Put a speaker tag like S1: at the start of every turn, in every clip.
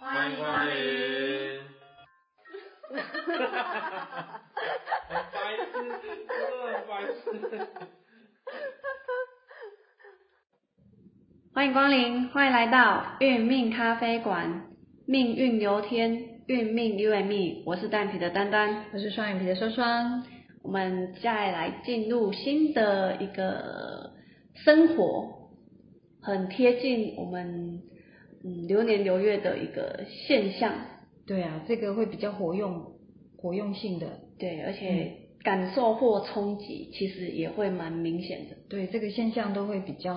S1: 欢迎光 临。
S2: 白痴，真的白痴。
S3: 欢迎光临，欢迎来到运命咖啡馆，命运由天，运命由命。我是蛋皮的丹丹，
S1: 我是双眼皮的双双。
S3: 我们再来进入新的一个生活，很贴近我们嗯流年流月的一个现象，
S1: 对啊，这个会比较活用，活用性的。
S3: 对，而
S1: 嗯
S3: 且感受或冲击其实也会蛮明显的，
S1: 对，这个现象都会比较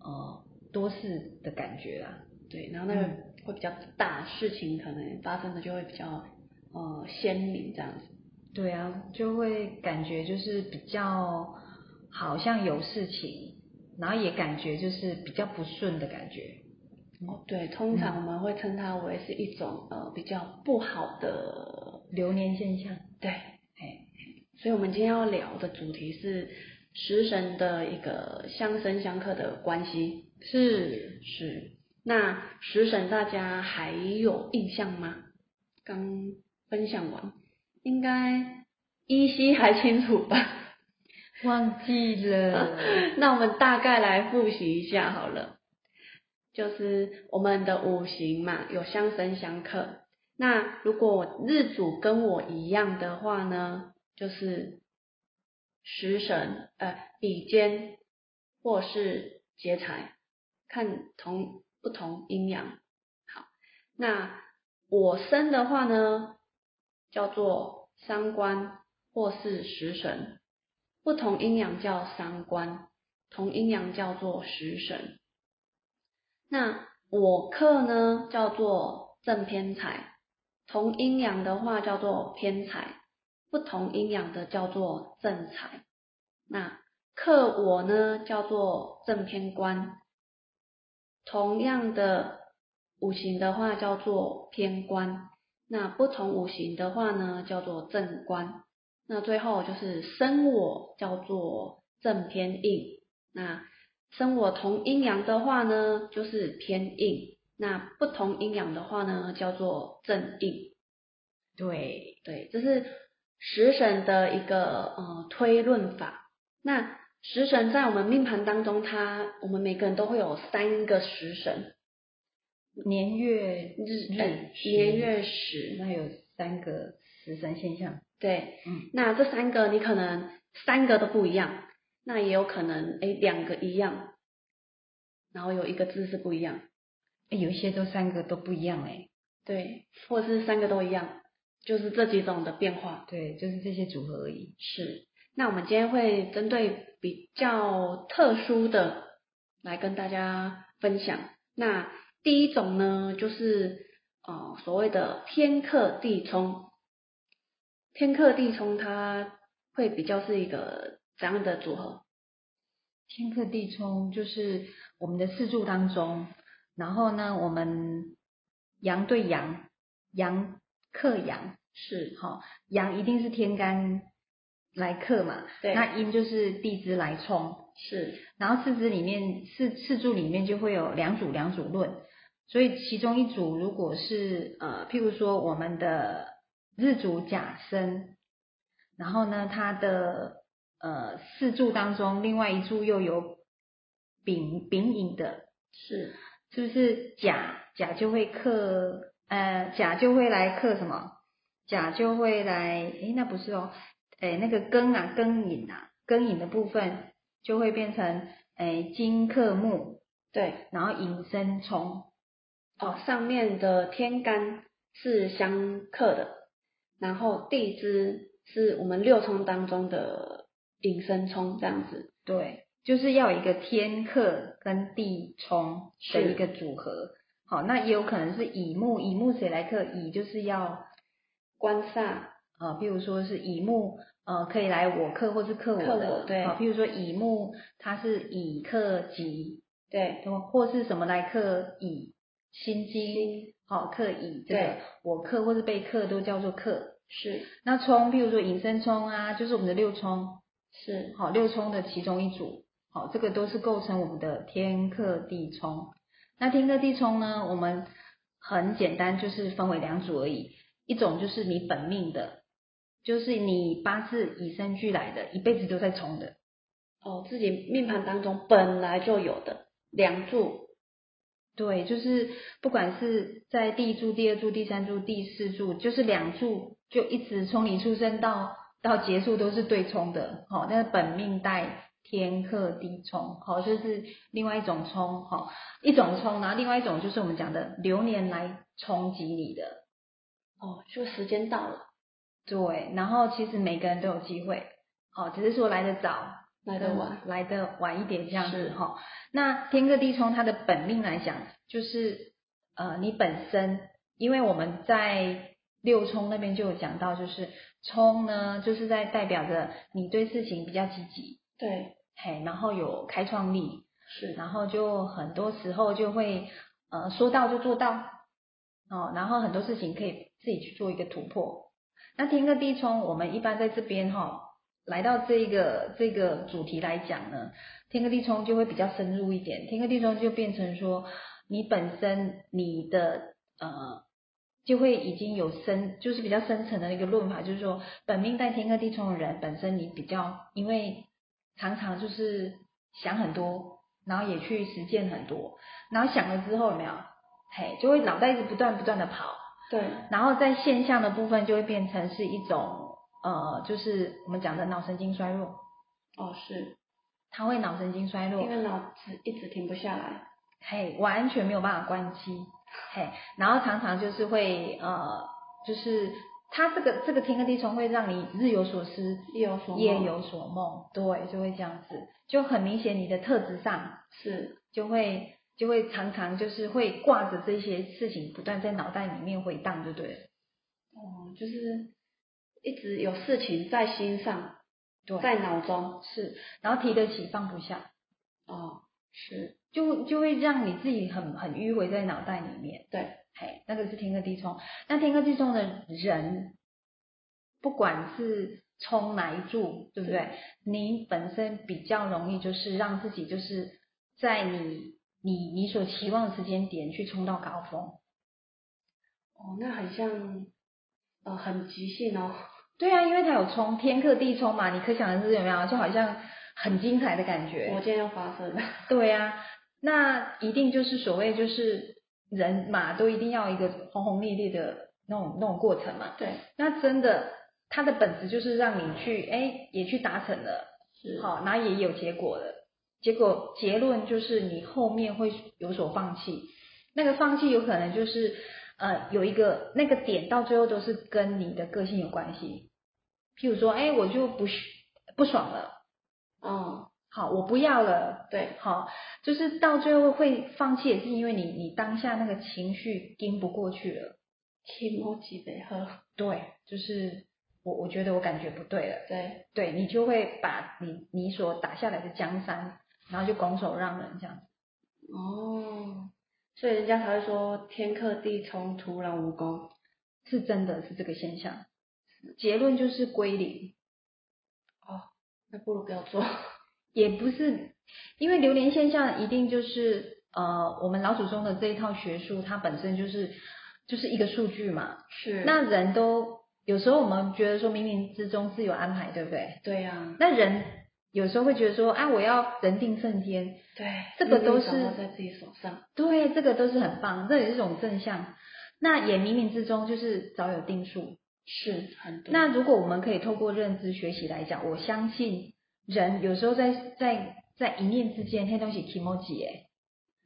S1: 呃多事的感觉啊。
S3: 对，然后那个
S1: 嗯
S3: 会比较大，事情可能发生的就会比较呃鲜明这样子。
S1: 对啊，就会感觉就是比较好像有事情，然后也感觉就是比较不顺的感觉。
S3: 哦，对，通常我们会称它为是一种呃比较不好的，
S1: 流年现象，
S3: 对，哎，所以我们今天要聊的主题是食神的一个相生相克的关系，
S1: 是
S3: 是。那食神大家还有印象吗？刚分享完，应该依稀还清楚吧？
S1: 忘记 了。
S3: 那我们大概来复习一下好了，就是我们的五行嘛，有相生相克。那如果日主跟我一样的话呢，就是食神呃比肩或是劫财，看同不同阴阳。好，那我生的话呢，叫做伤官或是食神，不同阴阳叫伤官，同阴阳叫做食神。那我克呢叫做正偏财，同阴阳的话叫做偏财，不同阴阳的叫做正财。那克我呢叫做正偏官，同样的五行的话叫做偏官，那不同五行的话呢叫做正官。那最后就是生我叫做正偏硬，那生我同阴阳的话呢，就是偏硬；那不同阴阳的话呢，叫做正硬。
S1: 对，
S3: 对，这是食神的一个呃推论法。那食神在我们命盘当中，它我们每个人都会有三个食神，
S1: 年月
S3: 日
S1: 日
S3: 哎
S1: 时
S3: 年月食，
S1: 那有三个食神现象。
S3: 对，
S1: 嗯
S3: 那这三个你可能三个都不一样，那也有可能哎两个一样，然后有一个字是不一样，
S1: 诶哎有一些都三个都不一样哎、
S3: 对，或者是三个都一样，就是这几种的变化
S1: 对，就是这些组合而已。
S3: 是。那我们今天会针对比较特殊的来跟大家分享。那第一种呢，就是呃所谓的天克地冲，天克地冲它会比较是一个怎样的组合？
S1: 天克地冲就是我们的四柱当中，然后呢，我们阳对阳，阳克阳，
S3: 是
S1: 好、阳一定是天干来克嘛，
S3: 对
S1: 那阴就是地支来冲，
S3: 是
S1: 然后四支里面四四柱里面就会有两组两组论，所以其中一组如果是呃，譬如说我们的日主甲申，然后呢，它的呃四柱当中另外一柱又有丙丙寅的，
S3: 是
S1: 是不是甲甲就会克呃甲就会来克什么？甲就会来诶，那不是哦，诶那个庚啊庚寅啊庚寅的部分就会变成诶金克木，
S3: 对
S1: 然后寅申冲，
S3: 哦，上面的天干是相克的，然后地支是我们六冲当中的引申冲这样子，
S1: 对，就是要有一个天克跟地冲的
S3: 是
S1: 一个组合。好，那也有可能是乙木，乙木谁来克？乙就是要
S3: 官煞
S1: 呃，譬如说是乙木，呃，可以来我克或是克我
S3: 克
S1: 的，
S3: 我对
S1: 啊，譬如说乙木，它是乙克己，
S3: 对
S1: 或是什么来克乙，心机，好、克乙，这个
S3: 对
S1: 我克或是被克都叫做克。
S3: 是
S1: 那冲，譬如说引申冲啊，就是我们的六冲，
S3: 是
S1: 好、六冲的其中一组，好、这个都是构成我们的天克地冲。那天克地冲呢，我们很简单，就是分为两组而已。一种就是你本命的，就是你八字与生俱来的，一辈子都在冲的。
S3: 哦，自己命盘当中本来就有的梁柱，
S1: 对，就是不管是在第一柱、第二柱、第三柱、第四柱，就是两柱就一直从你出生到到结束都是对冲的，好、但是本命带天克地冲，好、这是另外一种冲，好、一种冲，然后另外一种就是我们讲的流年来冲击你的，
S3: 哦，就时间到了，
S1: 对，然后其实每个人都有机会，好、只是说来得早，
S3: 来得晚，，
S1: 来的晚一点这样
S3: 嗯是
S1: 子哈。那天克地冲，它的本命来讲，就是呃，你本身，因为我们在六冲那边就有讲到，就是冲呢，就是在代表着你对事情比较积极，
S3: 对，
S1: 嘿，然后有开创力，
S3: 是，
S1: 然后就很多时候就会呃说到就做到哦，然后很多事情可以自己去做一个突破。那天克地冲，我们一般在这边哈、来到这个这个主题来讲呢，天克地冲就会比较深入一点。天克地冲就变成说，你本身你的呃，就会已经有深，就是比较深层的一个论法，就是说本命带天克地冲的人，本身你比较因为常常就是想很多，然后也去实践很多，然后想了之后有没有，嘿，就会脑袋一直不断不断的跑，
S3: 对，
S1: 然后在现象的部分就会变成是一种呃，就是我们讲的脑神经衰弱，
S3: 哦，是
S1: 它会脑神经衰弱
S3: 因，为脑子一直停不下来，
S1: 嘿，完全没有办法关机，嘿，然后常常就是会呃，就是它这个这个天克地冲会让你日有所思，
S3: 夜有所梦
S1: 夜有所梦，对，就会这样子，就很明显你的特质上
S3: 是，
S1: 就会就会常常就是会挂着这些事情不断在脑袋里面回荡，对不对？
S3: 哦，就是一直有事情在心上，
S1: 对
S3: 在脑中，
S1: 是，然后提得起放不下，
S3: 哦，是
S1: 就就会让你自己很很迂回在脑袋里面。
S3: 对，
S1: 嘿，那个是天克地冲。那天克地冲的人，不管是冲哪一柱，对不对？你本身比较容易就是让自己就是在你你你所期望的时间点去冲到高峰。
S3: 哦，那很像，呃，很即兴哦，
S1: 对啊，因为它有冲天克地冲嘛，你可想而知有没有？就好像很精彩的感觉。
S3: 我今天又发生了，
S1: 对啊，那一定就是所谓就是人嘛，都一定要一个轰轰烈烈的那种那种过程嘛。
S3: 对，
S1: 那真的，它的本质就是让你去哎也去达成了，
S3: 是，
S1: 好，然后也有结果了。结果结论就是你后面会有所放弃，那个放弃有可能就是呃有一个那个点到最后都是跟你的个性有关系。譬如说，哎，我就不喜不爽了，
S3: 哦，
S1: 好，我不要了，
S3: 对，
S1: 好，就是到最后会放弃，也是因为你你当下那个情绪盯不过去了。
S3: 提莫吉北喝，
S1: 对，就是我我觉得我感觉不对了，
S3: 对，
S1: 对你就会把你你所打下来的江山，然后就拱手让人这样。
S3: 哦，所以人家才会说天克地冲，徒劳无功，
S1: 是真的是这个现象。结论就是归零，
S3: 那不如不要做，
S1: 也不是因为流年现象一定就是呃我们老祖宗的这一套学术，它本身就是就是一个数据嘛。
S3: 是那
S1: 那人都有时候我们觉得说冥冥之中自有安排，对不对？
S3: 对呀，
S1: 那人有时候会觉得说，啊，我要人定胜天，
S3: 对，
S1: 这个
S3: 命运
S1: 都是
S3: 掌握在自己手上，
S1: 对，这个都是很棒，这也是一种正向。那也冥冥之中就是早有定数。
S3: 是很多，
S1: 那如果我们可以透过认知学习来讲，我相信人有时候在在在一念之间，那东西 k i m o j i 哎，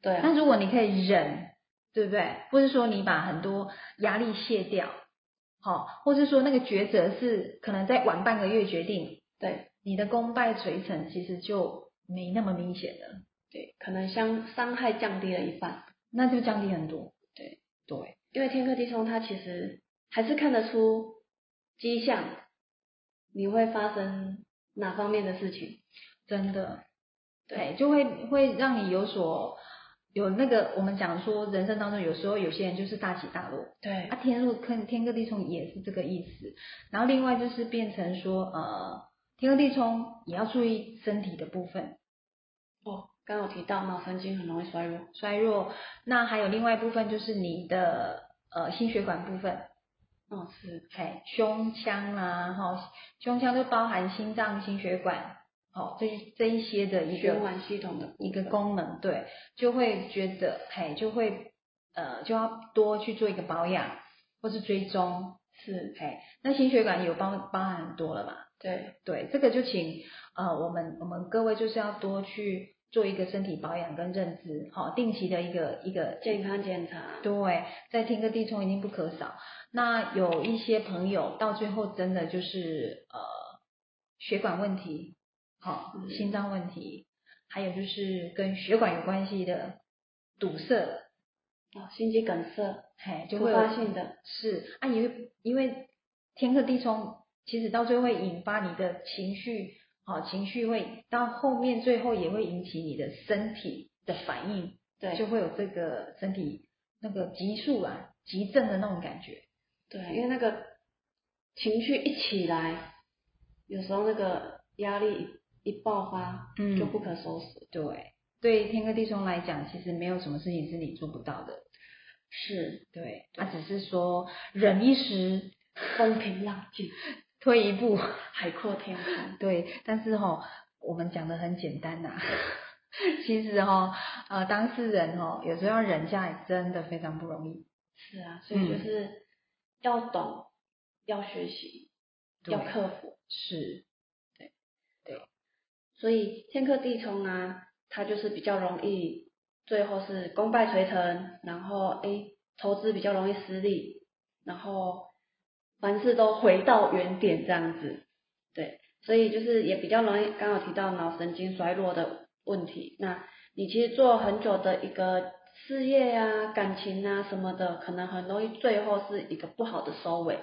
S3: 对啊，
S1: 那如果你可以忍，对不对？或是说你把很多压力卸掉，好、或是说那个抉择是可能在晚半个月决定，
S3: 对
S1: 你的功败垂成其实就没那么明显了。
S3: 对，可能相伤害降低了一半。
S1: 那就降低很多。
S3: 对
S1: 对，
S3: 因为天克地冲，它其实还是看得出迹象，你会发生哪方面的事情。
S1: 真的，对，就会会让你有所有那个我们讲说人生当中有时候有些人就是大起大落，
S3: 对
S1: 啊，天路跟天各地冲也是这个意思。然后另外就是变成说呃。天各地冲也要注意身体的部分，
S3: 哦，刚刚有提到脑神经很容易衰弱，
S1: 衰弱。那还有另外一部分就是你的呃心血管部分，
S3: 哦是，
S1: 哎，胸腔啦、哈、胸腔就包含心脏、心血管，哦，这这一些的一
S3: 循
S1: 个
S3: 环系统的
S1: 一个功能，对，就会觉得，哎，就会呃，就要多去做一个保养或是追踪，
S3: 是，
S1: 哎，那心血管有包包含很多了嘛，
S3: 对，
S1: 对，这个就请呃我们我们各位就是要多去做一个身体保养跟认知，好、定期的一个一个
S3: 健康检查，
S1: 对，在听个地冲一定不可少。那有一些朋友到最后真的就是呃血管问题，好、
S3: 是
S1: 心脏问题，还有就是跟血管有关系的堵塞，
S3: 哦心肌梗塞，
S1: 嘿，就
S3: 突
S1: 会有
S3: 发性的，
S1: 是啊，因为因为天克地冲，其实到最后会引发你的情绪，好、情绪会到后面最后也会引起你的身体的反应，
S3: 对，
S1: 就会有这个身体那个急速啊、急症的那种感觉。
S3: 对，因为那个情绪一起来，有时候那个压力一一爆发，
S1: 嗯
S3: 就不可收拾。
S1: 对，对天克地冲来讲，其实没有什么事情是你做不到的。
S3: 是
S1: 对，他、只是说忍一时，
S3: 风平浪静，
S1: 退一步。
S3: 海阔天空。
S1: 对，但是哈、我们讲的很简单呐、 其实哈、呃，当事人哦，有时候要忍下来，真的非常不容易。
S3: 是啊，所
S1: 嗯
S3: 以就是要懂，要学习，
S1: 对
S3: 要克服。
S1: 是，
S3: 所以天克地冲啊，它就是比较容易，最后是功败垂成，然后诶投资比较容易失利，然后凡事都回到原点这样子，对，所以就是也比较容易，刚好提到脑神经衰弱的问题，那你其实做很久的一个事业啊、感情啊什么的，可能很容易最后是一个不好的收尾，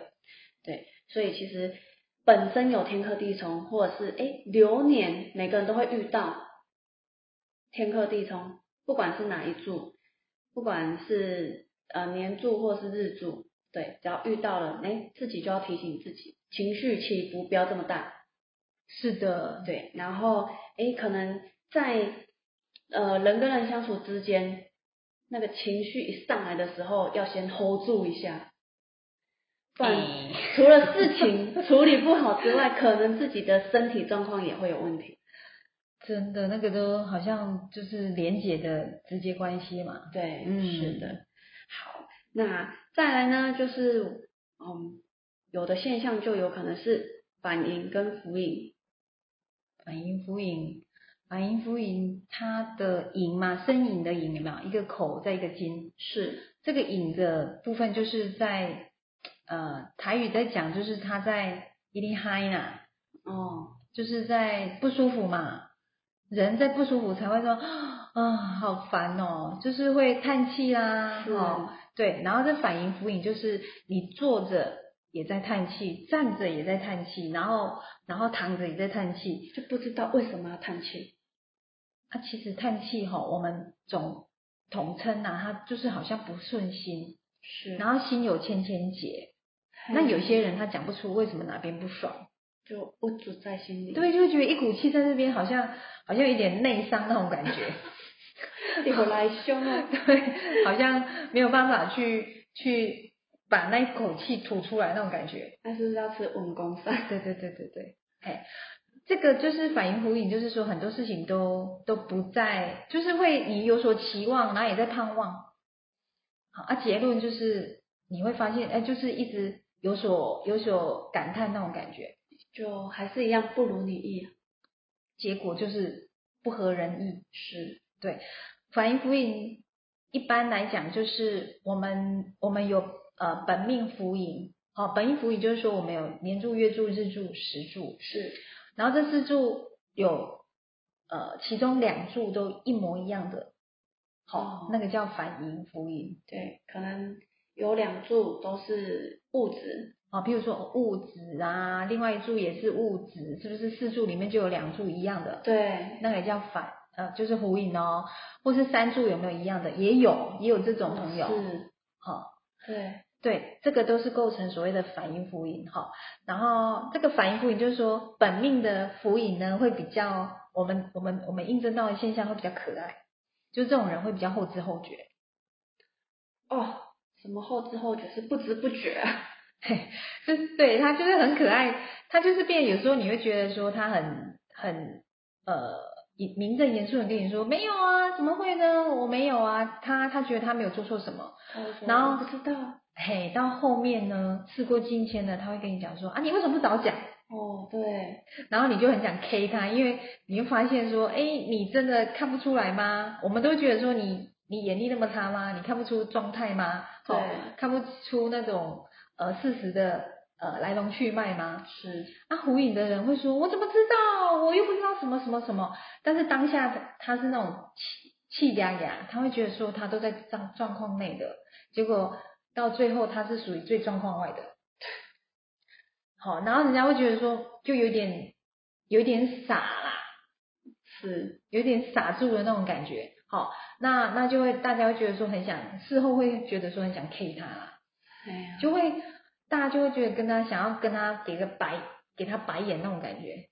S3: 对，所以其实本身有天克地冲，或者是诶流年，每个人都会遇到天克地冲，不管是哪一柱，不管是呃年柱或是日柱，对，只要遇到了，诶自己就要提醒自己，情绪起伏不要这么大，
S1: 是的，
S3: 对，然后诶，可能在呃人跟人相处之间，那个情绪一上来的时候，要先 hold 住一下，不然
S1: 嗯
S3: 除了事情处理不好之外，可能自己的身体状况也会有问题。
S1: 真的那个都好像就是连结的直接关系嘛。
S3: 对，
S1: 嗯
S3: 是的。好，那再来呢，就是嗯，有的现象就有可能是反应跟浮影，
S1: 反音复音，反音复音，它的影嘛，声影的影有没有？一个口在一个金，
S3: 是
S1: 这个影的部分就是在呃台语在讲，就是它在一定嗨啦，
S3: 哦，
S1: 就是在不舒服嘛，人在不舒服才会说啊、好烦哦，就是会叹气啦、
S3: 是啊
S1: 哦，对，然后这反应浮影就是你坐着也在叹气，站着也在叹气，然后然后躺着也在叹气，
S3: 就不知道为什么要叹气。
S1: 啊，其实叹气吼、我们总统称呐、它就是好像不顺心，
S3: 是
S1: 然后心有千千结，那有些人他讲不出为什么哪边不爽。
S3: 就不住在心里，，
S1: 对，就会觉得一股气在那边，好像好像有点内伤那种感觉，
S3: 有来凶哦，
S1: 对，好像没有办法去去把那一口气吐出来那种感觉。
S3: 那是不是要吃文公饭？
S1: 对对对对对，哎，这个就是反应呼应，就是说很多事情都都不在，就是会你有所期望，然后也在盼望。好啊，结论就是你会发现，哎，就是一直有所有所感叹那种感觉，
S3: 就还是一样不如你意啊，
S1: 结果就是不合人意。
S3: 是
S1: 反应福音一般来讲就是我们我们有呃本命福音，好、本命福音就是说我们有年柱、月柱、日柱、时柱，
S3: 是
S1: 然后这四柱有呃其中两柱都一模一样的，好、
S3: 哦
S1: 那个叫反应福音
S3: 对，可能有两柱都是物质，
S1: 啊，比如说戊子啊，另外一柱也是戊子，是不是四柱里面就有两柱一样的？
S3: 对，
S1: 那个叫反呃就是呼应哦，或是三柱有没有一样的？也有也有这种朋友，
S3: 是，
S1: 好、
S3: 对，
S1: 对，这个都是构成所谓的反应浮影哈。然后这个反应浮影就是说，本命的浮影呢会比较我们我们我们印证到的现象会比较可爱，就是这种人会比较后知后觉。
S3: 哦，什么后知后觉是不知不觉啊、
S1: 就是对他就是很可爱，他就是变有时候你会觉得说他很很呃以名正言顺的跟你说没有啊，怎么会呢？我没有啊，他他觉得他没有做错什么， 然后
S3: 我不知道
S1: 嘿，到后面呢事过境迁呢，他会跟你讲说啊你为什么不早讲？
S3: 哦，对，
S1: 然后你就很想 K 他，因为你会发现说，哎，你真的看不出来吗？我们都觉得说你你眼力那么差吗？你看不出状态吗？
S3: 对
S1: 哦，看不出那种呃事实的呃来龙去脉吗？
S3: 是
S1: 啊，胡影的人会说，我怎么知道？我又不知道什么什么什么。但是当下他是那种气气压压，他会觉得说他都在状状况内的，结果到最后他是属于最状况外的。好，然后人家会觉得说，就有点有点傻啦，
S3: 是，
S1: 有点傻住的那种感觉。好，那那就会大家会觉得说很想，事后会觉得说很想 K 他啦，
S3: 哎呀，
S1: 就会大家就会觉得跟他想要跟他给个白给他白眼那种感觉。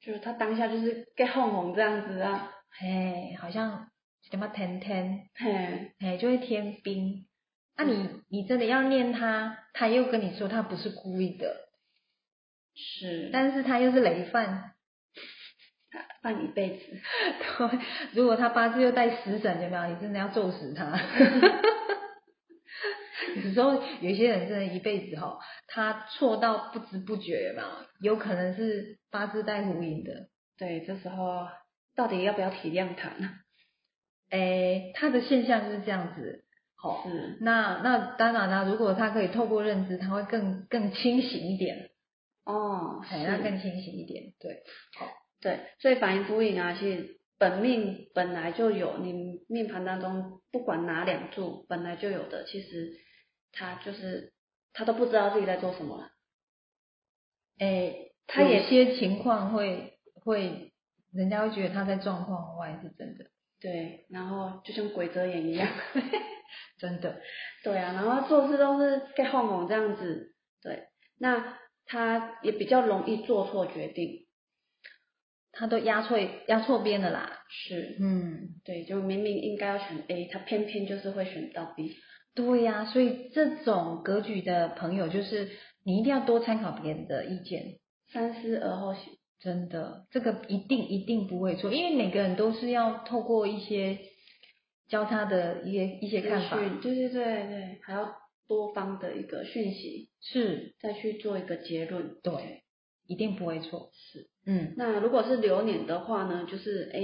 S3: 就是他当下就是 get 哄哄这样子啊，
S1: 嘿，好像什么天天，
S3: 嘿，
S1: 哎，就会天兵。那、你你真的要念他，他又跟你说他不是故意的，
S3: 是，
S1: 但是他又是累 犯。
S3: 伴一辈子，
S1: 对，如果他八字又带食神，有没有？你真的要揍死他。 有时候有些人真的一辈子哈，他错到不知不觉嘛，有可能是八字带虎影的。
S3: 对，这时候到底要不要体谅他呢？
S1: 诶，他的现象就是这样子。好、
S3: 是，
S1: 那那当然啦，如果他可以透过认知，他会更更清醒一点，
S3: 哦，
S1: 哎，他
S3: 是，
S1: 更清醒一点，对，
S3: 对，所以反应呼应啊，其实本命本来就有，你命盘当中不管哪两柱本来就有的，其实他就是他都不知道自己在做什么了，
S1: 哎，
S3: 他
S1: 有
S3: 也
S1: 些情况会会，人家会觉得他在状况外，是真的，
S3: 对，然后就像鬼遮眼一样。
S1: 真的，
S3: 对啊，然后做事都是盖晃晃这样子，对，那他也比较容易做错决定，
S1: 他都压错压错边了啦，
S3: 是
S1: 嗯，
S3: 对，就明明应该要选 A，他偏偏就是会选到 B，
S1: 对呀、所以这种格局的朋友，就是你一定要多参考别人的意见，
S3: 三思而后行，
S1: 真的，这个一定一定不会错，因为每个人都是要透过一些交叉的一些一些看法，
S3: 对对对对，还要多方的一个讯息，
S1: 是
S3: 再去做一个结论，
S1: 对，一定不会错，是，嗯，
S3: 那如果是流年的话呢，就是哎，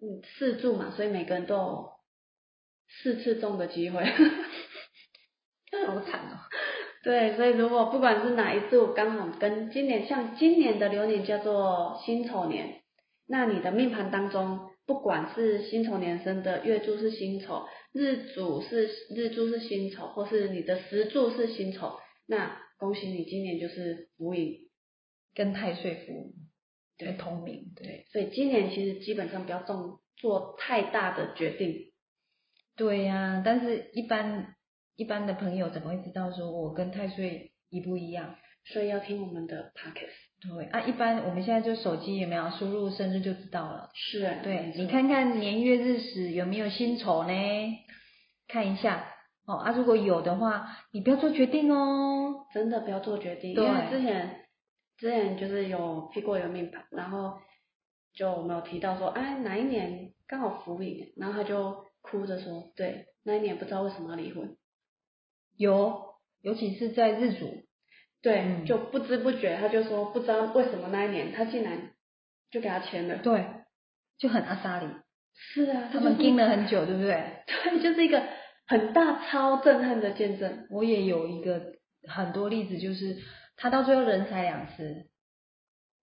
S3: 嗯，四柱嘛，所以每个人都有四次中的 机会。
S1: 好惨哦，
S3: 对，所以如果不管是哪一柱，刚好跟今年像今年的流年叫做辛丑年，那你的命盘当中，不管是辛丑年生的月柱是辛丑，日主是日柱是辛丑，或是你的时柱是辛丑，那恭喜你今年就是福音。
S1: 跟太岁符
S3: 对
S1: 同名，对
S3: 所以今年其实基本上不要重做太大的决定，
S1: 对呀、但是一般一般的朋友怎么会知道说我跟太岁一不一样？
S3: 所以要听我们的 podcast。
S1: 对啊，一般我们现在就手机有没有输入生日就知道了。
S3: 是啊，
S1: 对
S3: 没，错
S1: 你看看年月日时有没有辛丑呢？看一下哦啊，如果有的话，你不要做决定哦。
S3: 真的不要做决定，因
S1: 对
S3: 为之前之前就是有批过一个命盘，然后就我们有提到说，哎，哪一年刚好浮影，然后他就哭着说，对，那一年不知道为什么要离婚，
S1: 有，尤其是在日主，
S3: 对，
S1: 嗯
S3: 就不知不觉他就说不知道为什么那一年他竟然就给他签了，
S1: 对，就很阿莎里，
S3: 是啊，
S1: 他们
S3: 盯
S1: 盯了很久，对不对？
S3: 对，就是一个很大超震撼的见证，
S1: 我也有一个很多例子，就是他到最后人财两失，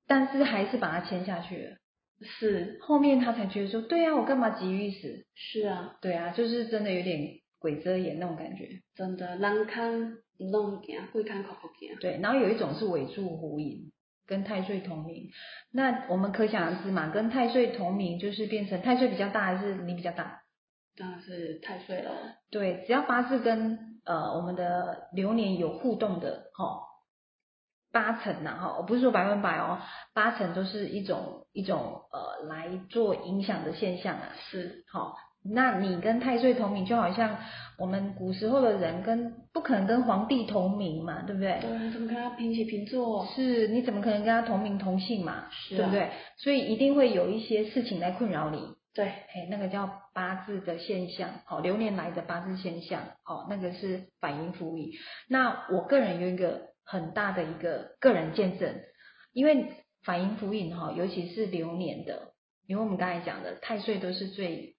S1: 但是还是把他签下去了。
S3: 是
S1: 后面他才觉得说，对啊，我干嘛急于一时？
S3: 是啊，
S1: 对啊，就是真的有点鬼遮眼那种感觉。
S3: 真的，人看弄行，鬼看口口行，
S1: 对，然后有一种是尾柱虎影，跟太岁同名。那我们可想而知嘛，跟太岁同名就是变成太岁比较大还是你比较大？
S3: 当然是太岁了，
S1: 对，只要八字跟呃我们的流年有互动的，哈、八成然后我不是说百分百哦，八成都是一种一种呃来做影响的现象啊。
S3: 是
S1: 好、那你跟太岁同名，就好像我们古时候的人跟不可能跟皇帝同名嘛，对不对？
S3: 对，你怎么跟他平起平坐？
S1: 是，你怎么可能跟他同名同姓嘛？
S3: 是啊
S1: 对不对？所以一定会有一些事情来困扰你。
S3: 对，
S1: 哎，那个叫八字的现象，哦，流年来的八字现象，哦，那个是反应浮移。那我个人有一个很大的一个个人见证，因为反应浮影哈，尤其是流年的，因为我们刚才讲的太岁都是最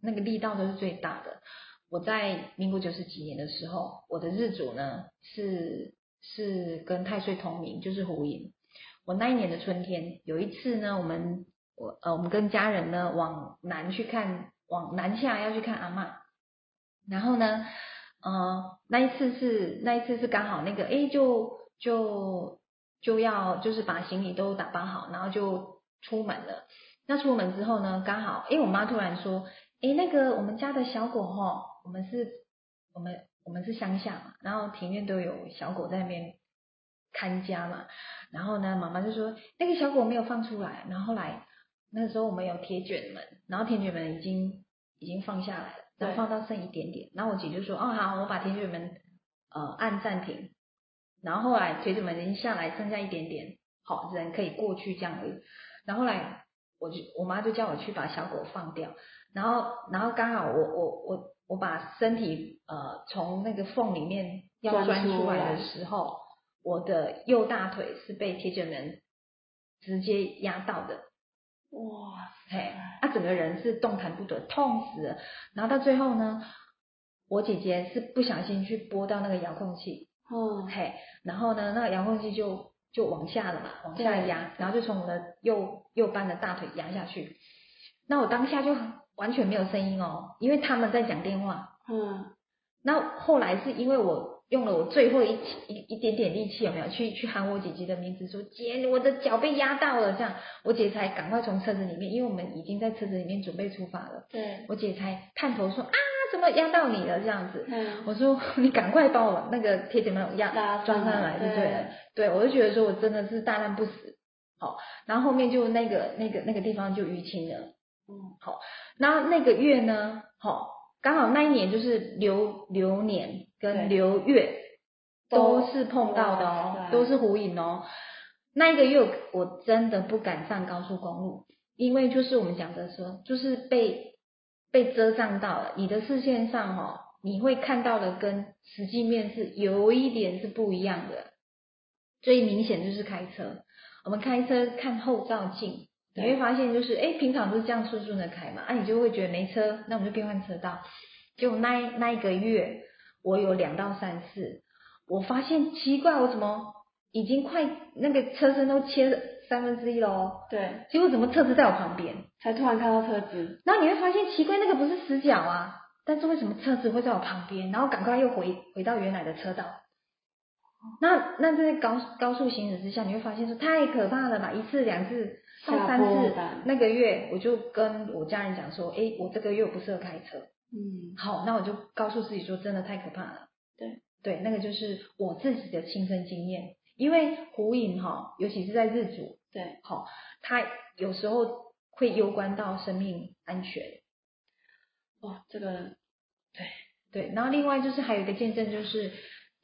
S1: 那个力道都是最大的。我在民国九十几年的时候，我的日主呢是是跟太岁同名，就是虎影。我那一年的春天，有一次呢，我们我呃我们跟家人呢往南去看，往南下要去看阿嬷。然后呢，呃，那一次是那一次是刚好那个，诶，就就就要就是把行李都打包好，然后就出门了。那出门之后呢，刚好，诶，我妈突然说，诶，那个我们家的小狗哈，我们是，我们我们是乡下嘛，然后庭院都有小狗在那边看家嘛，然后呢，妈妈就说那个小狗没有放出来，然后后来那个时候我们有铁卷门，然后铁卷门已经已经放下来了，然
S3: 对
S1: 后放到剩一点点，然后我姐就说哦好，我把铁卷门呃按暂停，然后后来铁卷门已经下来剩下一点点，好人可以过去这样而已，然后后来我就我妈就叫我去把小狗放掉，然后然后刚好我我我我把身体呃从那个缝里面要
S3: 钻
S1: 钻
S3: 出
S1: 出来
S3: 来
S1: 的时候，我的右大腿是被铁卷门直接压到的，
S3: 哇，
S1: 嘿，
S3: 哎
S1: 他、整个人是动弹不得，痛死了。然后到最后呢，我姐姐是不小心去拨到那个遥控器，
S3: 嗯，
S1: 嘿，然后呢，那个遥控器就就往下了嘛，往下
S3: 对
S1: 压，然后就从我的右右半的大腿压下去。那我当下就完全没有声音哦，因为他们在讲电话。
S3: 嗯，
S1: 那后来是因为我用了我最后一一一点点力气，有没有去去喊我姐姐的名字说姐，我的脚被压到了，这样我姐才赶快从车子里面，因为我们已经在车子里面准备出发了，
S3: 对，
S1: 我姐才探头说啊，怎么压到你了这样子。
S3: 嗯，
S1: 我说你赶快把我那个铁姐妹压
S3: 拉
S1: 装
S3: 上
S1: 上
S3: 来
S1: 来就对了。对我就觉得说我真的是大难不死，好，然后后面就那个那个那个地方就淤青了。
S3: 嗯，
S1: 然后那个月呢，好，刚好那一年就是流流年跟
S3: 对
S1: 流月
S3: 都
S1: 都是碰到的哦
S3: 哇，塞
S1: 都是虎影哦。那一个月我真的不敢上高速公路，因为就是我们讲的说，就是被被遮障到了，你的视线上哦，你会看到的跟实际面是有一点是不一样的。最明显就是开车，我们开车看后照镜，你
S3: 对
S1: 会发现就是，哎，平常都是这样顺顺的开嘛，啊，你就会觉得没车，那我们就变换车道。就那一那一个月，我有两到三次，我发现奇怪，我怎么已经快那个车身都切了三分之一了哦，
S3: 对，
S1: 结果怎么车子在我旁边？
S3: 才突然看到车子，
S1: 然后你会发现奇怪，那个不是死角啊，但是为什么车子会在我旁边？然后赶快又回回到原来的车道。那那在高高速行驶之下，你会发现说太可怕了吧！一次两次到
S3: 吓
S1: 三
S3: 破
S1: 次
S3: 胆，
S1: 那个月我就跟我家人讲说，诶，我这个月我不适合开车。
S3: 嗯，
S1: 好，那我就告诉自己说，真的太可怕了。
S3: 对
S1: 对，那个就是我自己的亲身经验，因为虎影哈，尤其是在日主，
S3: 对，
S1: 好，它有时候会攸关到生命安全。
S3: 哇，这个
S1: 对，然后另外就是还有一个见证，就是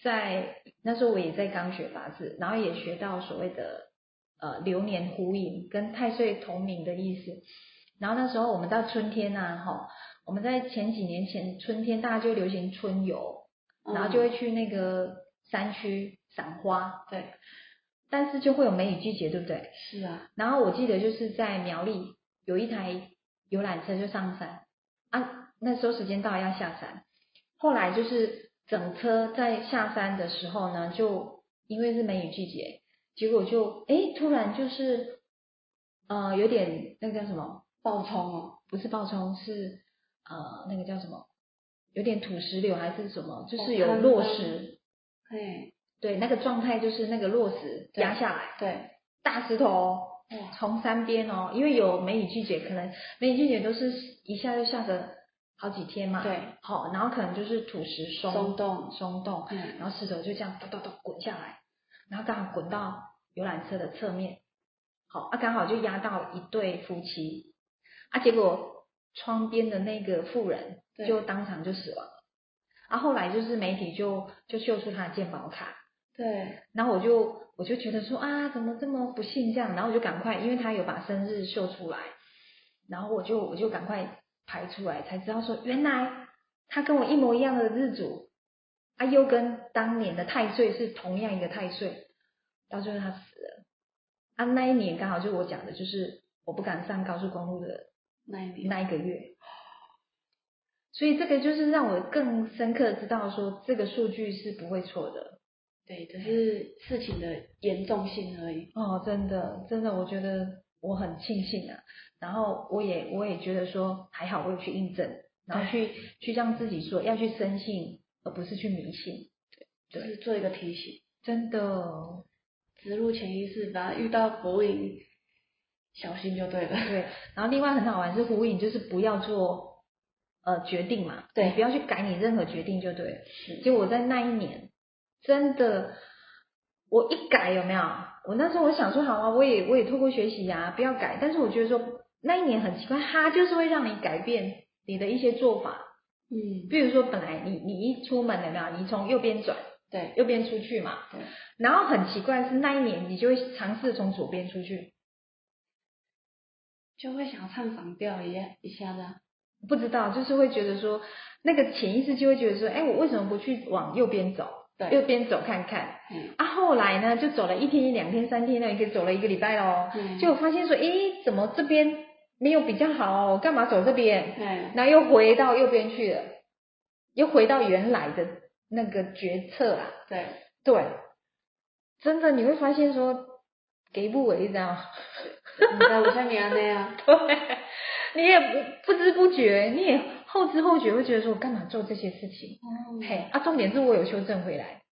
S1: 在那时候我也在刚学八字，然后也学到所谓的呃流年虎影跟太岁同名的意思。然后那时候我们到春天呐、啊，哈，我们在前几年前春天大家就流行春游，然后就会去那个山区赏花，
S3: 对，
S1: 但是就会有梅雨季节，对不对？
S3: 是啊，
S1: 然后我记得就是在苗栗有一台游览车就上山啊，那时候时间到了要下山，后来就是整车在下山的时候呢，就因为是梅雨季节，结果就诶突然就是呃有点那个叫什么，
S3: 爆冲哦，
S1: 不是暴冲是呃那个叫什么，有点土石流还是什么，就是
S3: 哦
S1: 有
S3: 看
S1: 落
S3: 到
S1: 石，
S3: 嘿，
S1: 对那个状态就是那个落石
S3: 对
S1: 压下来，
S3: 对，
S1: 大石头哦。
S3: 哇，
S1: 从山边哦，因为有梅雨季节，可能梅雨季节都是一下就下个好几天嘛，
S3: 对，
S1: 好、然后可能就是土石松
S3: 松动
S1: 松动，
S3: 嗯，
S1: 然后石头就这样咚咚咚滚下来，然后刚好滚到游览车的侧面，好啊，刚好就压到一对夫妻，啊，结果窗边的那个妇人
S3: 对
S1: 就当场就死亡了，啊，后来就是媒体就就秀出他的健保卡，
S3: 对
S1: 然后我就我就觉得说啊，怎么这么不幸这样？然后我就赶快，因为他有把生日秀出来，然后我就我就赶快排出来，才知道说原来他跟我一模一样的日主，啊，又跟当年的太岁是同样一个太岁，到最后他死了。啊，那一年刚好就是我讲的，就是我不敢上高速公路的
S3: 那一年，
S1: 那一个月。所以这个就是让我更深刻地知道说，这个数据是不会错的。
S3: 对，只是事情的严重性而已。
S1: 哦，真的，真的，我觉得我很庆幸啊。然后我也我也觉得说，还好我有去印证，然后去去让自己说要去深信，而不是去迷信。
S3: 就
S1: 对
S3: 是做一个提醒，
S1: 真的，哦
S3: 植入潜意识吧，遇到佛印，小心就对了。
S1: 对。然后另外很好玩是呼应，就是不要做呃决定嘛，
S3: 对
S1: 你不要去改你任何决定就对了。
S3: 是
S1: 结果我在那一年，真的，我一改有没有？我那时候我想说，好啊，我也我也透过学习啊呀、不要改。但是我觉得说那一年很奇怪，它就是会让你改变你的一些做法。
S3: 嗯，
S1: 比如说，本来你你一出门有没有？你从右边转，
S3: 对
S1: 右边出去嘛。
S3: 对，
S1: 然后很奇怪是那一年，你就会尝试从左边出去，
S3: 就会想唱反调一下一下的。
S1: 不知道就是会觉得说，那个潜意识就会觉得说，哎，我为什么不去往右边走？右
S3: 对，
S1: 边走看看。
S3: 嗯，
S1: 啊，后来呢，就走了一天、两天、三天了，也走了一个礼拜喽。
S3: 嗯
S1: 就发现说，诶，怎么这边没有比较好哦？干嘛走这边？
S3: 哎，
S1: 然后又回到右边去了，又回到原来的那个决策啊。
S3: 对，
S1: 对，真的你会发现说，给不为这样，
S3: 唔知为虾米安尼啊？
S1: 对，你也不不知不觉，你也后知后觉会觉得说，我干嘛做这些事情？
S3: 嗯
S1: 嘿，啊，重点是我有修正回来。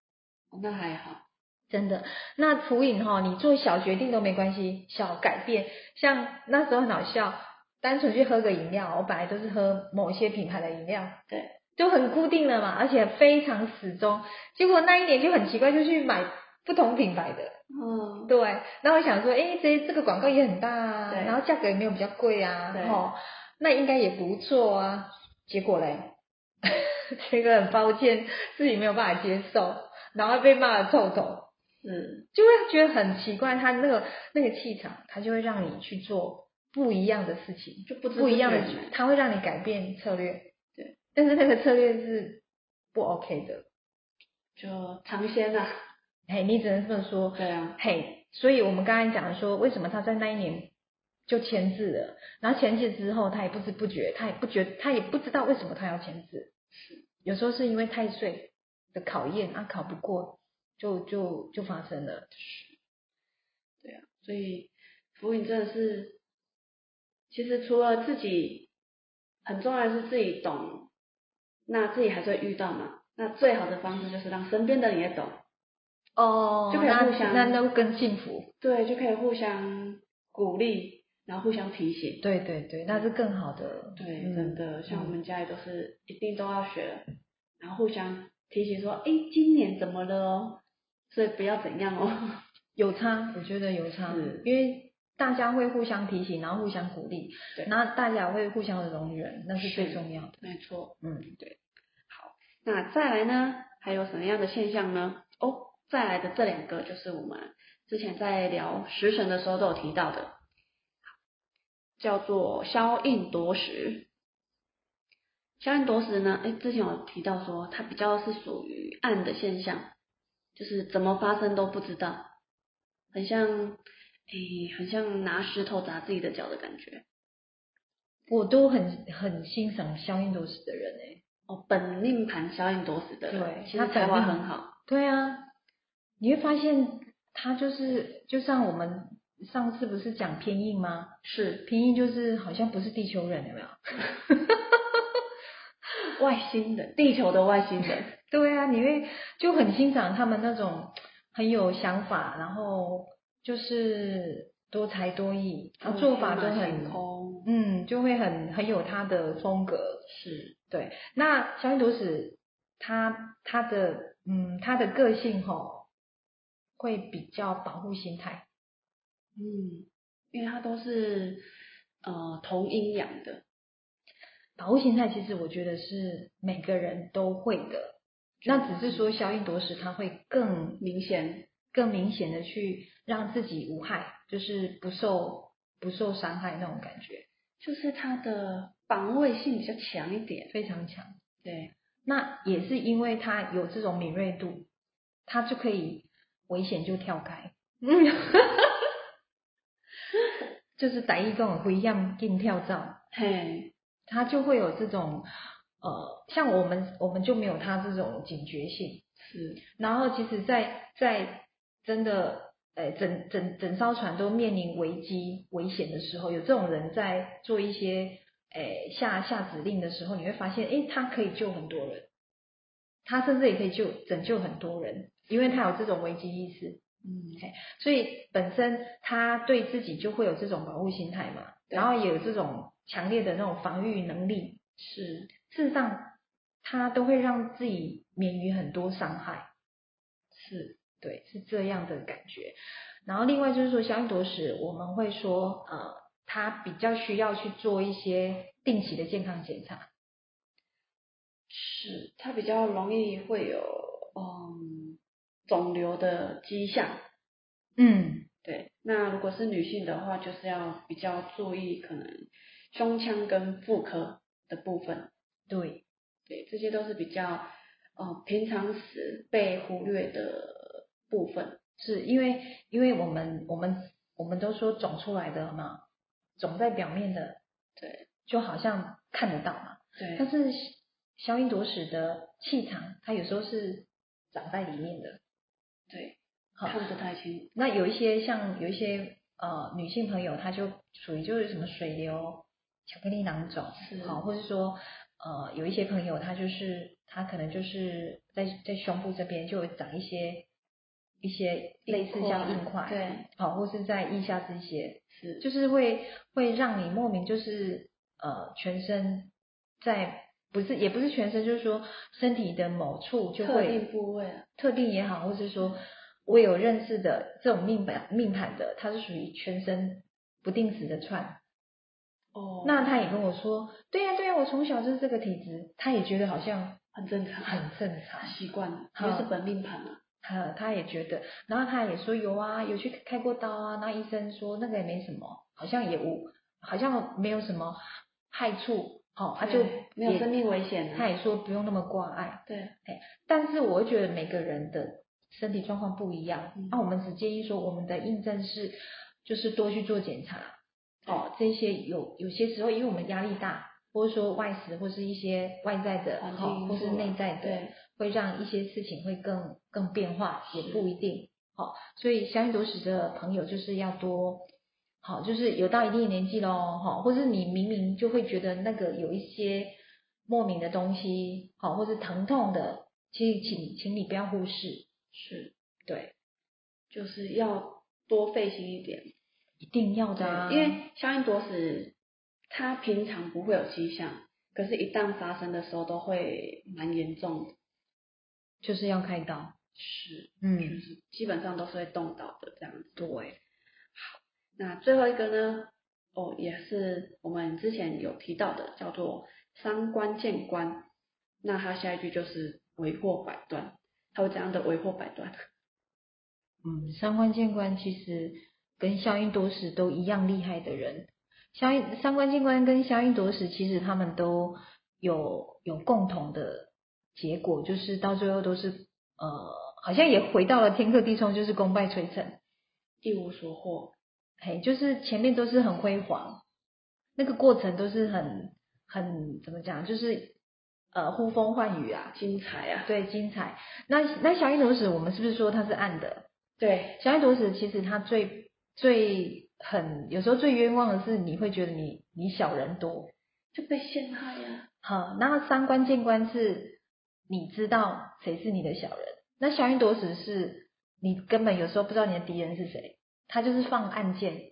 S3: 哦，那还好。
S1: 真的，那图影哈、你做小决定都没关系，小改变，像那时候很好笑，单纯去喝个饮料，我本来都是喝某些品牌的饮料，
S3: 对，
S1: 就很固定了嘛，而且非常始终。结果那一年就很奇怪，就去买不同品牌的，
S3: 嗯，
S1: 对。那我想说，诶，这这个广告也很大啊，
S3: 对
S1: 然后价格也没有比较贵啊，
S3: 对
S1: 吼，那应该也不错啊。结果嘞， 结果很抱歉，自己没有办法接受，然后被骂得臭头。
S3: 是，
S1: 就会觉得很奇怪，他那个那个气场，他就会让你去做不一样的事情，
S3: 就不知
S1: 不一样的
S3: 不觉，
S1: 他会让你改变策略。
S3: 对，
S1: 但是那个策略是不 OK 的，
S3: 就尝鲜啊。
S1: 嘿，你只能这么说，
S3: 对啊，
S1: 嘿。所以我们刚才讲说，为什么他在那一年就签字了，然后签字之后，他也不知不觉，他也不觉，他也不知道为什么他要签字。有时候是因为太岁的考验，啊，考不过就就就发生了。
S3: 所以浮云真的是，其实除了自己，很重要的是自己懂，那自己还是会遇到嘛。那最好的方式就是让身边的人也懂，
S1: 哦，
S3: 就可以
S1: 那
S3: 互相
S1: 那那更幸福。
S3: 对，就可以互相鼓励，然后互相提醒。
S1: 对对对，那是更好的。
S3: 对，
S1: 嗯
S3: 真的，像我们家里都是一定都要学的，然后互相提醒说，哎，今年怎么了哦？所以不要怎样哦。
S1: 有差，我觉得有差
S3: 是，
S1: 因为大家会互相提醒，然后互相鼓励
S3: 对，
S1: 然后大家会互相的容忍，那是最
S3: 是
S1: 重要的。
S3: 没错，
S1: 嗯，
S3: 那再来呢，还有什么样的现象呢？哦，再来的这两个就是我们之前在聊食神的时候都有提到的，叫做消印夺食。消印夺食呢，哎，之前有提到说它比较是属于暗的现象，就是怎么发生都不知道，很像，哎，很像拿石头砸自己的脚的感觉。
S1: 我都很很欣赏消印斗士的人欸诶、
S3: 哦，本命盘消印夺食的人，
S1: 对
S3: 其
S1: 他
S3: 实才
S1: 本
S3: 华
S1: 命
S3: 很好。
S1: 对啊，你会发现他就是就像我们上次不是讲偏硬吗？
S3: 是
S1: 偏硬就是好像不是地球人，有没有？
S3: 外星人，地球的外星人，
S1: 对啊，你会就很欣赏他们那种很有想法，然后就是多才多艺，然后做法都
S3: 天
S1: 很
S3: 马行，空，
S1: 嗯，就会很很有他的风格。
S3: 是
S1: 对，那小印度史他他的嗯他的个性吼、会比较保护心态。
S3: 嗯，因为它都是呃同阴阳的，
S1: 保护心态其实我觉得是每个人都会的，那只是说消应夺食，它会更
S3: 明显。
S1: 更明显的去让自己无害，就是不受不受伤害那种感觉，
S3: 就是它的防卫性比较强一点。
S1: 非常强。
S3: 对，
S1: 那也是因为他有这种敏锐度，他就可以危险就跳开。嗯，就是歹意跟我不一样，进跳蚤，
S3: 嘿，
S1: 他就会有这种呃，像我们我们就没有他这种警觉性。
S3: 是，
S1: 然后其实在，在真的呃整整整艘船都面临危机危险的时候，有这种人在做一些呃下下指令的时候，你会发现，诶，他可以救很多人，他甚至也可以救拯救很多人，因为他有这种危机意识，
S3: 嗯，
S1: 所以本身他对自己就会有这种保护心态嘛，
S3: 对
S1: 然后也有这种强烈的那种防御能力，
S3: 是，
S1: 事实上他都会让自己免于很多伤害。
S3: 是，
S1: 对，是这样的感觉。然后另外就是说，消应夺食，我们会说，呃，他比较需要去做一些定期的健康检查，
S3: 是，它比较容易会有嗯肿瘤的迹象。
S1: 嗯，
S3: 对，那如果是女性的话，就是要比较注意可能胸腔跟妇科的部分，
S1: 对，
S3: 对，这些都是比较呃平常时被忽略的部分。
S1: 是因为因为我们我们我们都说肿出来的嘛，肿在表面的，
S3: 对，
S1: 就好像看得到嘛，但
S3: 对，
S1: 是消应夺食的气场，它有时候是长在里面的，
S3: 对，
S1: 好
S3: 看不太清。
S1: 那有一些像有一些呃女性朋友，她就属于就是什么水流、巧克力囊肿
S3: 是，
S1: 好，或者说呃有一些朋友她就是她可能就是在在胸部这边就有长一些一些类似像硬块，，
S3: 对，
S1: 好，哦或是在腋下这些，
S3: 是，
S1: 就是会会让你莫名就是呃全身在不是也不是全身，就是说身体的某处就
S3: 特
S1: 会
S3: 定部位啊
S1: 特定也好，或是说我有认识的这种命盘命盘的，他是属于全身不定时的窜。
S3: 哦，
S1: 那他也跟我说，对呀、对呀、我从小就是这个体质，他也觉得好像
S3: 很正常，
S1: 很正常。
S3: 习惯了，因
S1: 好
S3: 为是本命盘啊。
S1: 呃，他也觉得，然后他也说有啊，有去开过刀啊，那医生说那个也没什么，好像也无，好像没有什么害处，哦，他、就
S3: 对没有
S1: 也
S3: 生命危险啊
S1: 他也说不用那么挂碍，
S3: 对，
S1: 但是我会觉得每个人的身体状况不一样，那、
S3: 嗯
S1: 我们只建议说我们的印证是，就是多去做检查哦。这些有有些时候，因为我们压力大，或者说外食或是一些外在的
S3: 环境
S1: 哦，
S3: 因
S1: 或
S3: 素
S1: 是
S3: 啊
S1: 内在的，
S3: 对，
S1: 会让一些事情会更更变化，也不一定哦。所以相应夺食的朋友就是要多。好，就是有到一定的年纪喽，哈，或是你明明就会觉得那个有一些莫名的东西，好，或是疼痛的，其实请请你不要忽视，
S3: 是，
S1: 对，
S3: 就是要多费心一点。
S1: 一定要的、啊，
S3: 对，因为消应夺食，它平常不会有迹象，可是，一旦发生的时候，都会蛮严重的，
S1: 就是要开刀，
S3: 是，就
S1: 嗯，
S3: 是基本上都是会动到的这样子。
S1: 对，
S3: 那最后一个呢，哦，也是我们之前有提到的，叫做三观见官。那它下一句就是为祸百端，它会怎样的为祸百端？
S1: 嗯，三观见官其实跟消应夺食都一样厉害的人，消应三观见官跟消应夺食其实他们都有有共同的结果，就是到最后都是呃，好像也回到了天克地冲，就是功败垂成。
S3: 一无所获，
S1: 嘿，就是前面都是很辉煌，那个过程都是很很怎么讲，就是呃呼风唤雨啊，
S3: 精彩啊！
S1: 对，精彩。那那小一朵史，我们是不是说它是暗的？
S3: 对，
S1: 小一朵史其实它最最很有时候最冤枉的是，你会觉得你你小人多，
S3: 就被陷害啊呀、
S1: 好，那三观见官是你知道谁是你的小人，那小一朵史是你根本有时候不知道你的敌人是谁，他就是放暗箭。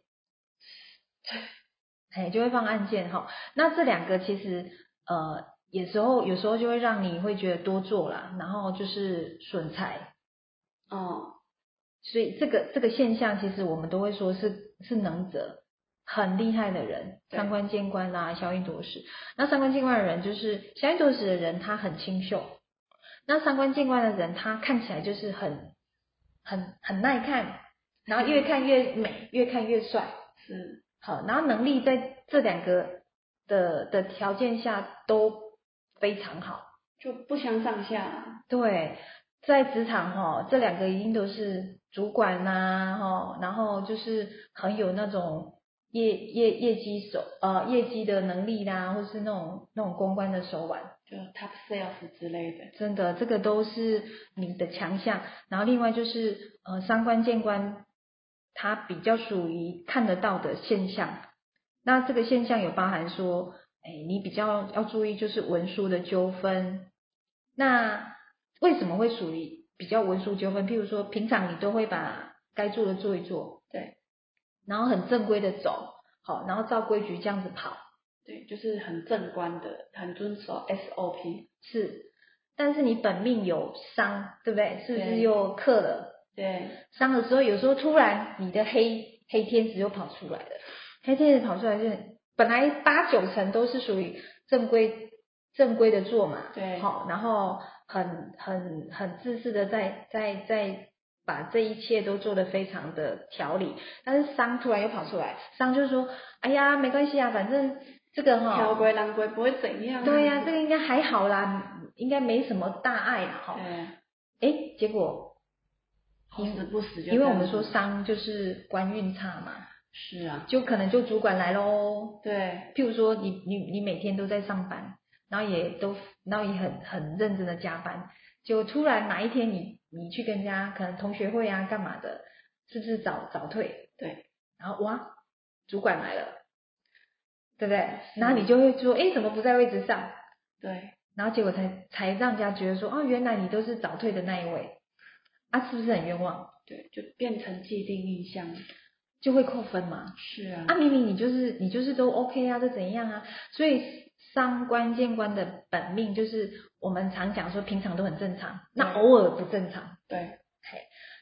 S1: 哎，就会放按键哈。那这两个其实呃，有时候有时候就会让你会觉得多做啦，然后就是损财，
S3: 哦，
S1: 所以这个这个现象，其实我们都会说是是能者，很厉害的人，
S3: 对
S1: 三观见观啦、消音夺食。那三观见观的人，就是消音夺食的人，他很清秀；那三观见观的人，他看起来就是很很很耐看，然后越看越美，越看越帅。
S3: 是
S1: 好，然后能力在这两个的的条件下都非常好。
S3: 就不相上下啊啦。
S1: 对，在职场哈、这两个一定都是主管呐、哈、然后就是很有那种业业业绩手呃业绩的能力啦，或是那种那种公关的手腕，
S3: 就 top sales 之类的，
S1: 真的这个都是你的强项。然后另外就是呃三观见观，它比较属于看得到的现象。那这个现象有包含说，哎，你比较要注意就是文书的纠纷。那为什么会属于比较文书纠纷？譬如说，平常你都会把该做的做一做，
S3: 对，
S1: 然后很正规的走，好，然后照规矩这样子跑，
S3: 对，就是很正观的，很遵守 SOP。
S1: 是。但是你本命有伤，对不对？是不是
S3: 对
S1: 又克了？
S3: 对，
S1: 伤的时候，有时候突然你的黑黑天使又跑出来了，黑天使跑出来就是本来八九成都是属于正规正规的做嘛，
S3: 对
S1: 好，然后很很很自私的在在在把这一切都做得非常的条理，但是伤突然又跑出来，伤就是说，哎呀，没关系啊，反正这个哈、
S3: 条规当规不会怎样、啊
S1: 对呀、这个应该还好啦，应该没什么大碍啦，哈，
S3: 对，
S1: 哎，结果
S3: 好死不死就
S1: 因
S3: 这
S1: 为我
S3: 样
S1: 们说
S3: 子
S1: 伤就是官运差嘛，
S3: 是啊，
S1: 就可能就主管来喽。
S3: 对
S1: 譬如说你你你每天都在上班，然后也都然后也很很认真的加班，就突然哪一天你你去跟人家可能同学会啊干嘛的，是不是早早退？
S3: 对，
S1: 然后哇，主管来了，对不对？
S3: 是
S1: 然后你就会说，哎，怎么不在位置上？
S3: 对，
S1: 然后结果才才让人家觉得说，哦，原来你都是早退的那一位，啊，是不是很冤枉？
S3: 对，就变成既定印象了。
S1: 就会扣分嘛。
S3: 是啊，
S1: 啊，明明你就是你就是都 OK 啊，这怎样啊？所以伤官见官的本命就是我们常讲说平常都很正常，那偶尔不正常，
S3: 对，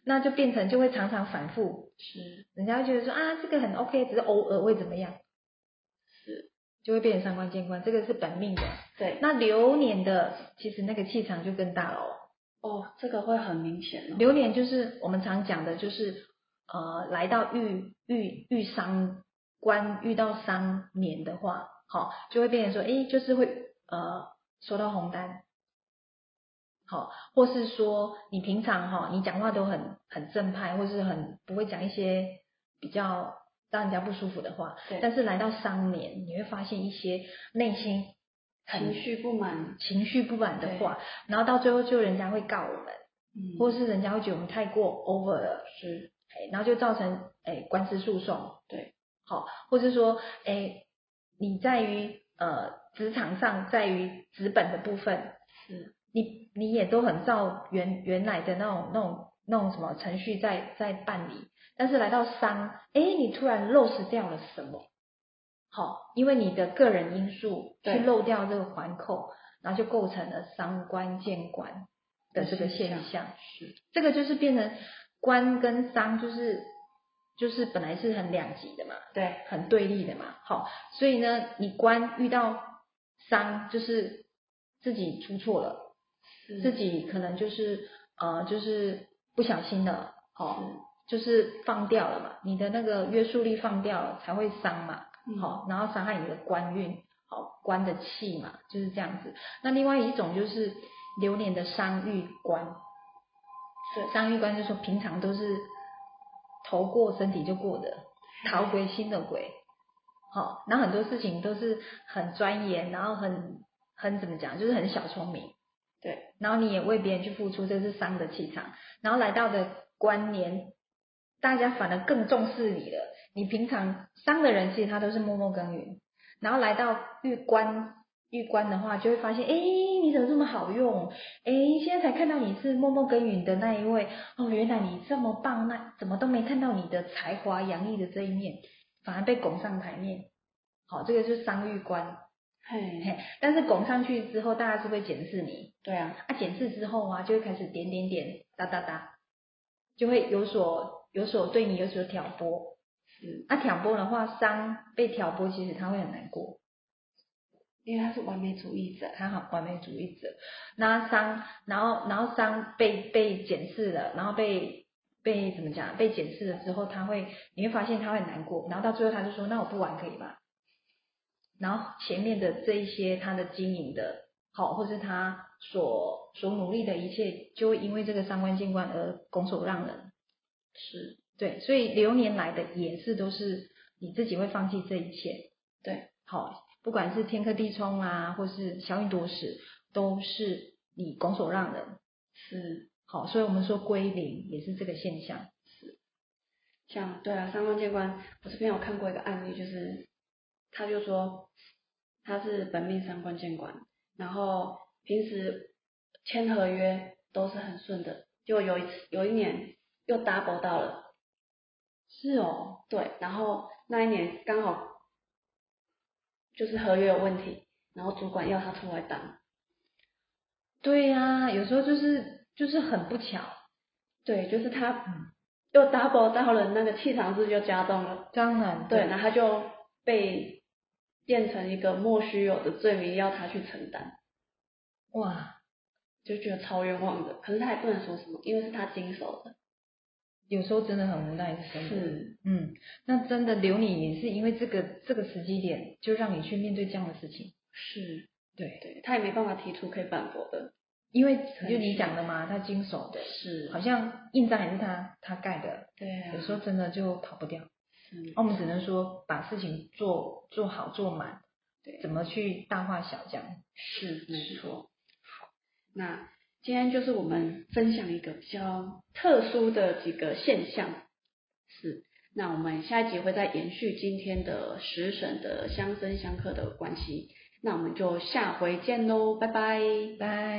S1: 那就变成就会常常反复，
S3: 是
S1: 人家会觉得说啊这个很 OK，只是偶尔会怎么样，
S3: 是，
S1: 就会变成伤官见官，这个是本命的。
S3: 对，
S1: 那流年的其实那个气场就更大了哦，
S3: 哦，这个会很明显哦。
S1: 流年就是我们常讲的就是呃来到遇遇遇伤官遇到伤年的话，好、就会变成说，诶，就是会呃收到红单，好、或是说你平常哈、你讲话都很很正派，或是很不会讲一些比较让人家不舒服的话，
S3: 对
S1: 但是来到伤年，你会发现一些内心
S3: 情
S1: 很
S3: 绪不满，
S1: 情绪不满的话，然后到最后就人家会告我们。
S3: 嗯，
S1: 或是人家会觉得我们太过 over 了，
S3: 是
S1: 哎，然后就造成哎官司诉讼，
S3: 对，
S1: 好，或是说哎你在于呃职场上在于资本的部分，
S3: 是，
S1: 你你也都很照原原来的那种那种那种什么程序在在办理，但是来到商，哎，你突然漏失掉了什么？好，因为你的个人因素去
S3: 对
S1: 漏掉这个环扣，然后就构成了伤官见官的这个
S3: 的现
S1: 现象。
S3: 是
S1: 这个就是变成官跟商，就是就是本来是很两极的嘛，
S3: 对
S1: 很对立的嘛。好，所以呢，你官遇到商，就是自己出错了，
S3: 是
S1: 自己可能就是呃，就是不小心了，哦，
S3: 好，
S1: 就是放掉了嘛，你的那个约束力放掉了才会伤嘛。
S3: 嗯
S1: 好，然后伤害你的官运，好官的气嘛，就是这样子。那另外一种就是流年的伤运官，
S3: 对
S1: 伤运官就说平常都是头过身体就过的，逃鬼心的鬼，好，那很多事情都是很钻研，然后很很怎么讲，就是很小聪明，
S3: 对
S1: 然后你也为别人去付出，这是伤的气场。然后来到的观念，大家反而更重视你了。你平常伤的人，其实他都是默默耕耘，然后来到玉官。玉官的话，就会发现，哎，你怎么这么好用？哎，现在才看到你是默默耕耘的那一位哦，原来你这么棒，那怎么都没看到你的才华洋溢的这一面，反而被拱上台面。好，这个就是伤玉官，
S3: 嘿
S1: 嘿，但是拱上去之后，大家是会检视你，
S3: 对啊
S1: 啊，检视之后啊，就会开始点点点，哒哒哒，就会有所有所对你有所挑拨。
S3: 是，
S1: 那、挑拨的话，伤被挑拨，其实他会很难过。
S3: 因为他是完美主义者，
S1: 他好完美主义者，那伤，然后然后伤被被检视了，然后被被怎么讲？被检视了之后，他会你会发现他会很难过，然后到最后他就说：“那我不玩可以吗？”然后前面的这一些他的经营的好，或是他所所努力的一切，就会因为这个三观见观而拱手让人。是对，所以流年来的也是都是你自己会放弃这一切。
S3: 对，
S1: 好，不管是天克地冲啊，或是小运夺食，都是你拱手让人。
S3: 是，
S1: 好，所以我们说归零也是这个现象。
S3: 像对啊，三观见观，我这边有看过一个案例，就是他就说他是本命三观见观，然后平时签合约都是很顺的，结果有一次有一年又 double 到了。
S1: 是哦，
S3: 对，然后那一年刚好就是合约有问题，然后主管要他出来当。
S1: 对呀、有时候就是就是很不巧，
S3: 对，就是
S1: 嗯
S3: 他又 double 到了，那个气场是不是就加重了？
S1: 当然
S3: 对，然后他就被变成一个莫须有的罪名，要他去承担，
S1: 哇，
S3: 就觉得超冤枉的。可是他也不能说什么，因为是他经手的。
S1: 有时候真的很无奈，是真的。
S3: 是，
S1: 嗯，那真的留你也是因为这个这个时机点，就让你去面对这样的事情。
S3: 是，
S1: 对，
S3: 对他也没办法提出可以反驳的。
S1: 因为就你讲的嘛，他经手的，
S3: 是
S1: 好像印章还是他他盖的，
S3: 对啊，
S1: 有时候真的就逃不掉。
S3: 是
S1: 那我们只能说把事情做做好做满，
S3: 对
S1: 怎么去大化小这样。
S3: 是，没错。好，那今天就是我们分享一个比较特殊的几个现象。是，那我们下一集会再延续今天的食神的相生相克的关系。那我们就下回见喽，拜拜。
S1: 拜。